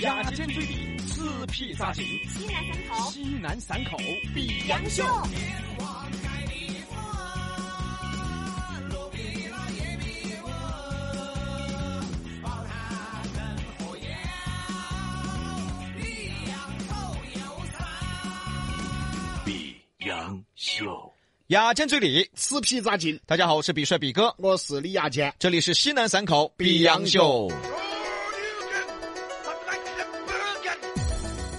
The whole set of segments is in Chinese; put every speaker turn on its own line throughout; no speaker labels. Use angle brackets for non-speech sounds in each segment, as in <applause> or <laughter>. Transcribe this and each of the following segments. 压尖堆底，四屁扎紧，
西南三口
西南散口比杨秀。
比杨秀。
牙尖嘴里，
四皮扎筋，
大家好，我是比帅比哥，
我是李亚坚。
这里是西南散口比杨秀。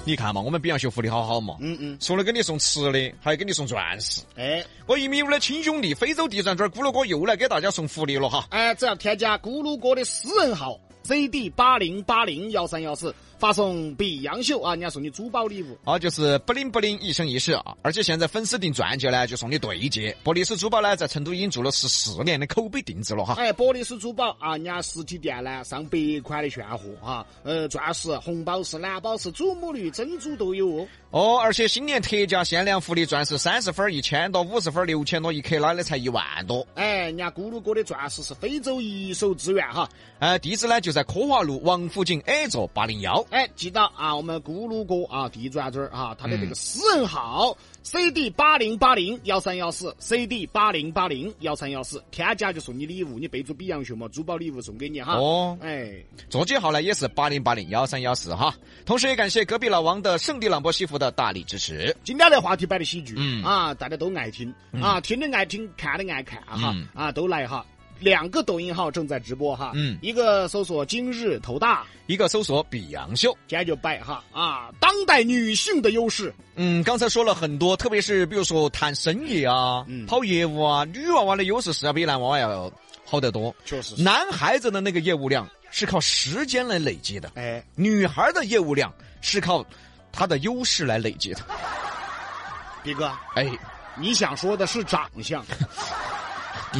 你看嘛，我们比杨秀福利好好嘛，
嗯嗯，
除了给你送吃的，还给你送钻石。
哎
我一米五的亲兄弟非洲地转转咕噜哥又来给大家送福利了哈。
哎，只要添加咕噜哥的私人号 ZD 八零八零幺三幺四，发送“比杨秀”啊，人家送你珠宝礼物。
啊，就是不灵不灵，一生一世啊！而且现在粉丝订钻戒呢，就送你对戒。博利斯珠宝呢，在成都已经做了十四年的口碑定制了哈。
哎，玻璃丝珠宝啊，人家实体店呢上百款的现货啊，呃，钻石、红宝石、蓝宝石、祖母绿、珍珠都有哦。
哦，而且新年特价限量福利钻石三十分一千多，五十分六千多，一克拉的才一万多。
哎，人家咕噜哥的钻石是非洲一手资源哈。
呃，地址呢就在科华路王府井 A 座八零幺。
哎，记到啊，我们咕噜哥啊，地转转啊，他的
嗯
这个私人号、CD 八零八零幺三幺四，CD 八零八零幺三幺四，添加就送你礼物，你备注比洋秀嘛，珠宝礼物送给你哈。
哦
哎，
座机号呢也是八零八零幺三幺四哈。同时也感谢隔壁老王的圣地朗博西服的大力支持。
今天的话题摆的喜剧，
嗯
啊，大家都爱听、啊，听的爱听，看的爱看哈，
嗯
啊，都来哈。两个抖音号正在直播哈，
嗯
一个搜索“今日头大
一个搜索比洋秀。”，
今天就摆哈啊，当代女性的优势，
嗯，刚才说了很多，特别是比如说谈生意啊、
嗯
跑业务啊，女娃娃的优势是要比男娃娃要好得多。
确实，
男孩子的那个业务量是靠时间来累积的，
哎，
女孩的业务量是靠她的优势来累 <laughs> 积的。
毕哥，
哎，
你想说的是长相。
你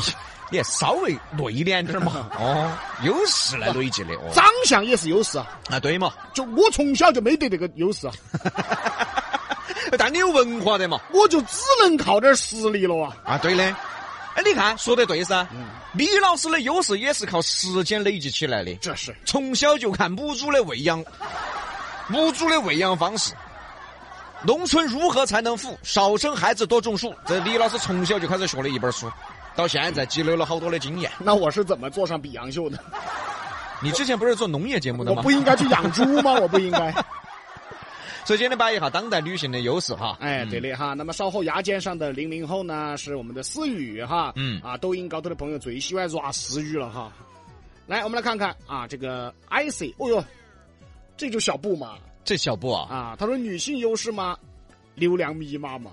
你也稍微内敛点儿 <laughs> 嘛，哦，优势来累积的哦。
长相也是优势啊，
啊，对嘛， <laughs>
就我从小就没得这个优势啊， <laughs>
但你有文化的嘛。
我就只能靠点实力了啊。
啊，对嗯的。哎，你看，说得对噻。李老师的优势也是靠时间累积起来的。
这是
从小就看母猪的喂养，母猪的喂养方式。农村如何才能富？少生孩子多种树。这李老师从小就开始学了一本书，到现在积累了好多的经验。
那我是怎么坐上比洋秀的？
你之前不是做农业节目的
<laughs> 我
吗
不？应该去养猪 <laughs> 吗？我不应该。
所以今天摆一下当代女性的优势哈。嗯
哎，对的哈。那么稍后牙尖上的零零后呢，是我们的思雨哈，
嗯
啊，抖音高头的朋友最喜欢抓思雨了哈。来，我们来看看啊，这个 icy，哦哟，这就小布嘛
这小布啊，
啊，他说女性优势吗？流量密
<laughs>
码嘛，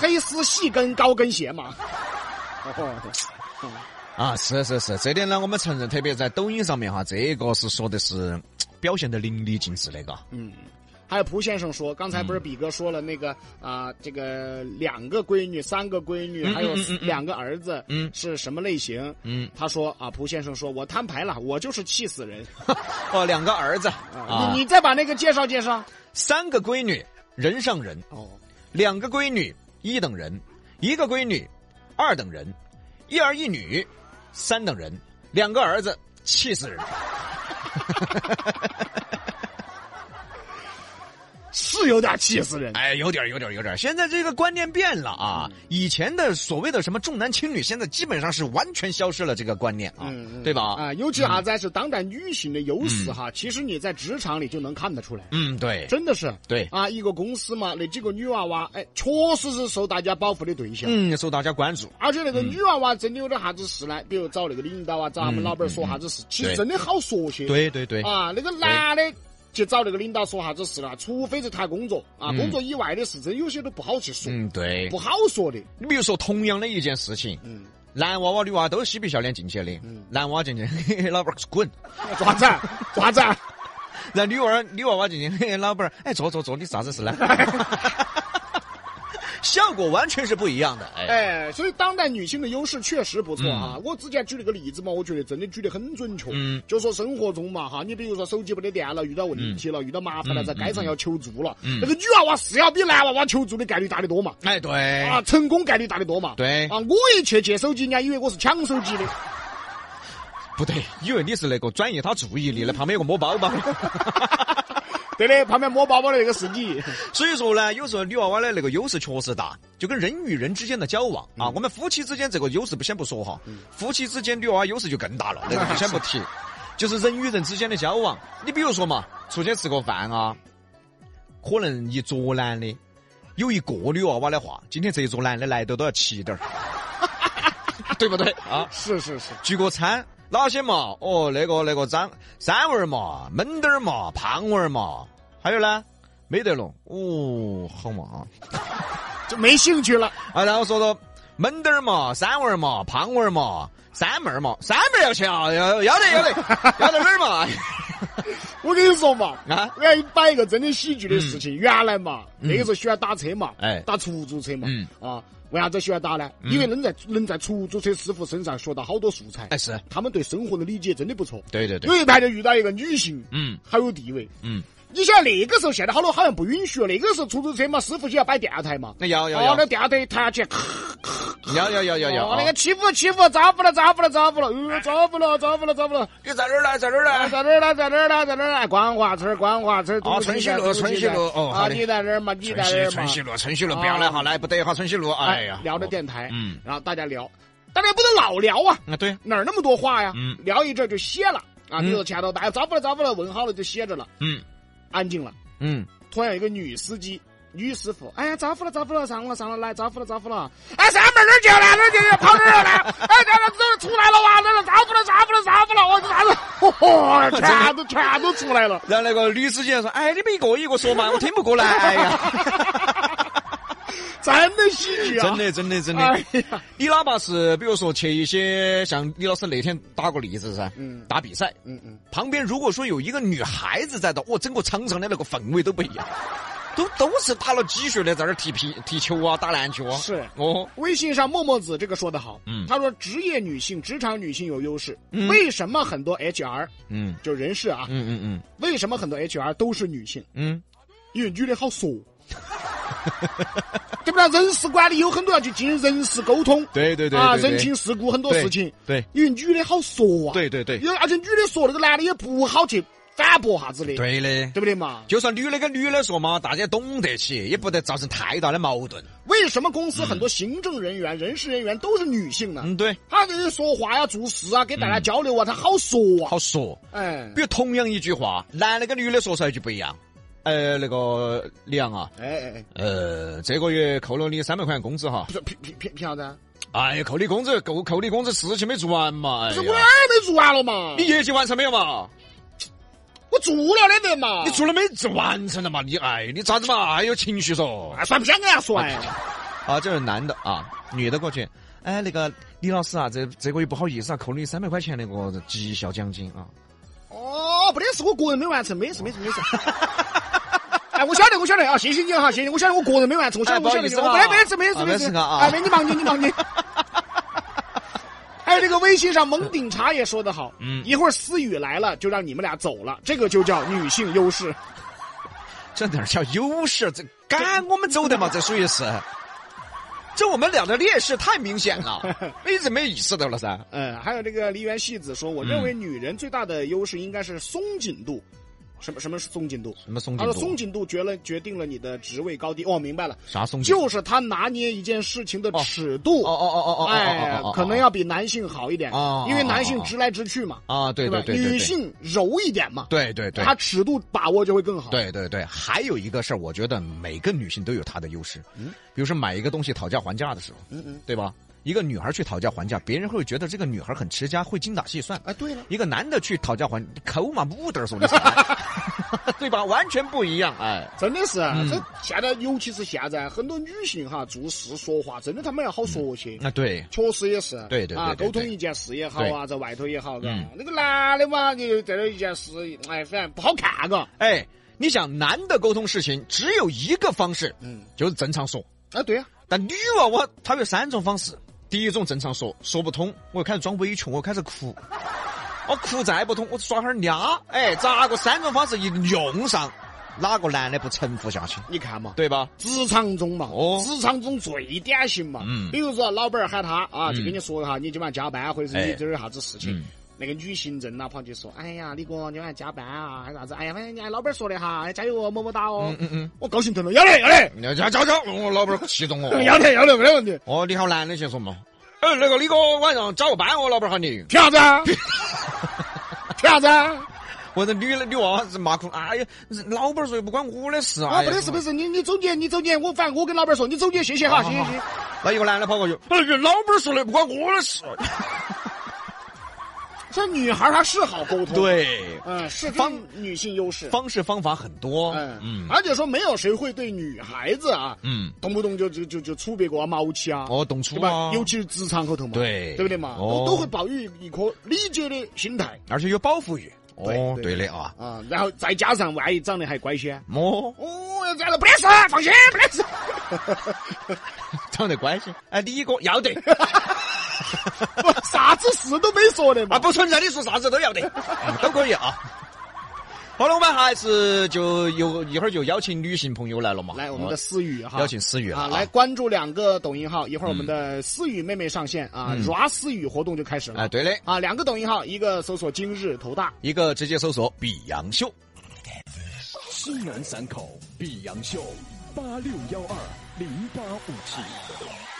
黑丝细跟高跟鞋嘛。哦，
啊，是是是，这点呢，我们承认，特别在抖音上面哈，这个是说的是表现的淋漓尽致那个。
嗯，还有蒲先生说，刚才不是比哥说了那个啊、这个两个闺女、三个闺女，还有
嗯嗯嗯
两个儿子，
嗯
是什么类型？
嗯，
他说啊，蒲先生说，我摊牌了，我就是气死人。
哦，两个儿子啊
你，你再把那个介绍介绍。
三个闺女，人上人。
哦，
两个闺女一等人，一个闺女二等人，一儿一女三等人，两个儿子气死人。
是有点气死人。
哎，有点儿有点儿有点儿。现在这个观念变了啊，
嗯
以前的所谓的什么重男轻女，现在基本上是完全消失了这个观念啊，
嗯嗯
对吧？
啊，尤其啥子是当代女性的优势哈，其实你在职场里就能看得出来，
嗯，对
真的是
对。
啊，一个公司嘛，那几个女娃娃，哎，确实是受大家保护的对象。
嗯，受大家关注。
而且那个女娃娃真的有点啥子事呢？比如找那个领导啊，找他们老板说啥子事，其
嗯
实
对
真的好说些。
对对对，
啊，那个男的去找那个领导说啥子事了，除非是谈工作啊，工作以外的事，真有些都不好去说，
嗯对。
不好说的。
你比如说，同样的一件事情，
嗯，
男娃娃、女娃都嬉皮笑脸进去的，男娃进去，嘿嘿，老板儿滚。
爪子，爪子，
那女娃儿女娃娃进去，嘿，老板儿，哎，坐坐坐，你啥子事呢？效果完全是不一样的，哎，
哎，所以当代女性的优势确实不错啊。我之前举了个例子嘛，我觉得真的举得很准确。
嗯，
就说生活中嘛哈，你比如说手机没得电了，遇到问题
嗯
了，遇到麻烦了，在街上要求助了，那个女娃娃是要比男娃娃求助的概率大得多嘛。
哎，对，
啊，成功概率大得多嘛。
对
啊，我一去借手机，人家以为我是抢手机的。
不对，以为你是那个转移他注意力的，旁边有个摸包包。
对的，旁边摸包包的那个是你。
所以说呢，有时候女娃娃的那个优势确实大，就跟人与人之间的交往啊，我们夫妻之间这个优势不先不说哈，夫妻之间女娃娃优势就更大了，那个就先不提。就是人与人之间的交往，你比如说嘛，出去吃个饭啊，可能一桌男的有一个女娃娃的话，今天这一桌男的来的都要齐点儿，对不对啊？
是是是，
聚个餐，哪些嘛？哦，那个那个张三娃儿嘛，闷点儿嘛，胖娃儿嘛，还有呢，没得了。哦，好嘛啊！
就没兴趣了。
啊，然后说到闷点儿嘛，三娃儿嘛，胖娃儿嘛，三妹儿嘛，三妹儿要去啊，要要得 <laughs> 要得要得哪儿嘛？
我跟你说嘛，
啊，
我要摆一个真的喜剧的事情。原来嘛，那个时候喜欢打车嘛，
嗯哎
打出租车嘛
嗯，
啊，为啥子喜欢打呢？因为能在能在出租车师傅身上学到好多素材
哎，是
他们对生活的理解真的不错。
对对对，
有一排就遇到一个女性，
嗯
好有地位。
嗯，
你想那个时候，现在好多好像不允许了。那个时候出租车嘛，师傅就要摆电台嘛，
那要要
哦，
要
那电台一抬起来，
要要要要要
哦，那
啊
个！欺负欺负，咋呼了咋呼了咋呼了，呃，咋呼了咋呼了咋呼了。
你在这儿来，在这儿
啊
来。
<laughs> 在这儿呢，在这儿呢，在这儿呢，光华村，光华村。
啊春熙路春熙路哦
啊，
好的
你在这儿嘛，你
春
在这
熙
儿嘛
春。熙路，春熙路，
啊
不要来哈，来不得哈，春熙路，哦哎呀，
聊着电台，
嗯
然后大家聊，大家不能老聊啊，
啊，对，
哪儿那么多话呀？
嗯
聊一阵就歇了啊。
嗯
你说前头大家咋不了咋不了，问好了就歇着了，
嗯
安静了。
嗯，
突然有一个女司机。女师傅，哎呀，咋呼了，咋呼了，上了，上了，来，咋呼了，咋呼了，哎，上门儿去了，哪儿去了，跑哪儿来？哎，这个这出来了哇，那个咋呼了，咋呼了，咋呼了，我这啥子， <laughs> 嚯，
<laughs>
全都全都出来了。
然后那个女司机还说，哎，你们一个一个说嘛，我听不过来哎 <laughs> 呀。
真的喜剧啊！
真的，真的，真的。
哎呀，
你哪怕是比如说去一些像李老师那天打个例子噻，
嗯
打比赛，
嗯嗯，
旁边如果说有一个女孩子在的，哇，整个场上的那个氛围都不一样，都都是打了鸡血的，在那儿踢皮踢球啊，打篮球啊，
是
哦，
微信上默默子这个说的好，
嗯
他说职业女性、职场女性有优势，
嗯
为什么很多 HR
嗯
就人事啊，
嗯嗯嗯
为什么很多 HR 都是女性？
嗯，
因为女的好
<laughs>
说，对不对？人事管理有很多要去进行人事沟通，
对对对
啊，
对对
人情世故很多
对
事情，
对
因为女的好说啊，，
对对对，
因为而且女的说那个男的也不好去反驳啥子的，
对的。
对不对嘛？
就算女的跟女的说嘛，大家懂得起，也不得造成太大的矛盾。
为什么公司很多行政人员、人事人员都是女性呢？
嗯，对，
他这说话呀、做事啊、跟大家交流啊，他好说啊。
好说。
哎
比如同样一句话，男的跟女的说出来就不一样。呃，那个李阳啊，
哎哎，哎
呃，这个月扣了你三百块钱工资哈
不。是凭凭凭凭啥子啊？
哎呀，扣你工资，扣扣你工资，事情没做完嘛。哎
不是
呀
我哪儿没做完了嘛？
你业绩完成没有嘛？
我做了的得嘛？
你做了没？做完成了嘛？你哎，你咋子嘛？还有情绪嗦？
啊算不想跟人家说哎？
啊，这是男的啊，女的过去。哎，那个李老师啊，这这个月不好意思啊，扣了你三百块钱那个绩效奖金啊。
哦，不得是我个人没完成，没事没事没 <laughs> 事。哎，我晓得，我晓得啊，谢谢你哈，谢谢你，我晓得我个人没完成，我晓
哎
得，
不
我
好
晓
意
得，
思
我
啊
没没事没事
啊
没
没
事
事啊
哎，没你忙你你忙 <laughs> 你。还有这个微信上蒙顶茶也说得好，
嗯
一会儿思雨来了就让你们俩走了，这个就叫女性优势。
这哪儿叫优势？这赶我们走的嘛，这属于是。这我们俩的劣势太明显了，一直没意识到了噻。
嗯，还有这个梨园戏子说，我
嗯
认为女人最大的优势应该是松紧度。什么什么是松紧度？
什么松
他
紧
说
度？啊
松紧度决了决定了你的职位高低。哦，明白了，
啥松紧？
就是他拿捏一件事情的尺度。
哦哦哦哦哦，
哎
哦哦哦哦，
可能要比男性好一点，
哦哦
因为男性
哦哦
直来直去嘛，
啊，对
吧？
对对对，
女性柔一点嘛，
对对对
她，尺度把握就会更好。，
对对对，还有一个事儿，我觉得每个女性都有她的优势。嗯，比如说买一个东西讨价还价的时候，
嗯嗯，
对吧？一个女孩去讨价还价，别人会觉得这个女孩很持家，会精打细 <laughs> 算。
哎，对了，
一个男的去讨价还抠嘛木头儿说的 <laughs> 啥，对吧？完全不一样，哎。
真的是，啊这现在尤其是现在很多女性哈做事说话，真的她们要好说些。
那啊对，
确实也是，
对对
啊，
对对
沟通一件事也好啊，在外头也好，嘎
嗯，
那个男的嘛，就在那一件事，哎，反正不好看，嘎，
哎，你想男的沟通事情只有一个方式，
嗯，
就是正常说，
啊，对呀，
但女娃娃她有三种方式。第一种正常说，说不通，我开始装委屈，我开始哭，我哭再不通，我耍哈儿嗲，哎，咋个三种方式一用上，哪个男的不臣服下去，
你看嘛，
对吧？
职场中嘛，
哦
职场中最典型嘛，
嗯
比如说老板儿喊他啊，就
嗯
跟你说一下，你今晚加班，或者是
哎
你这儿有啥子事情
嗯，
那那个女行政呐跑去说：“哎呀，李哥，你晚上加班啊，还啥子？哎呀，反正人家老板说的哈，加油哦，么么哒哦。”
嗯嗯
我高兴疼了，要得要得，
嗯，家家家，我老板儿气中我。
要得要得，没得问题。
哦，你好男的去说嘛。哎，那个李哥晚上加个班，我老板儿喊你。
凭啥子
<laughs>
啊？凭啥子啊？
或者女的女娃娃是骂哭，哎呀，老板儿说又不关我的事啊。
啊，不得事不得事，你你走你你走你，我反正我跟老板说，你走你，谢谢哈，谢谢谢谢。
那一个男的跑过去，哎呀，老板儿说的不关我的事。
这女孩她是好沟通，，
对，
嗯，是这
方
种女性优势，
方式方法很多。
嗯，
嗯
而且说没有谁会对女孩子啊，
嗯，
动不动就就就就处别个啊、毛起啊，
哦，动粗
对吧
啊？，
尤其是职场后头嘛，
对
对不对嘛，
哦
都都会抱有一颗理解的心态
而且有保护欲。
对
哦，
对
对的啊。
啊，然后再加上万一长得还乖些，
<laughs> 哦，
哦，这样了不得事，放心不得事，
<laughs> 长得乖些。哎，李哥
<laughs>
要得
我啥子事都没说的
<laughs> 啊，
嘛，
不存在你说啥子都要
<laughs>
得，嗯都可以啊。好了，我们还是就有一会儿就邀请女性朋友来了嘛。
来我们的
哦
思雨哈，
邀请思雨了
啊，
啊
来关注两个抖音号，一会儿我们的思雨妹妹上线啊，抓思雨活动就开始了
哎，。嗯对的，
啊，两个抖音号，一个搜索“今日头大
一个直接搜索“比洋秀
西南散口碧阳秀，八六幺二零八五七。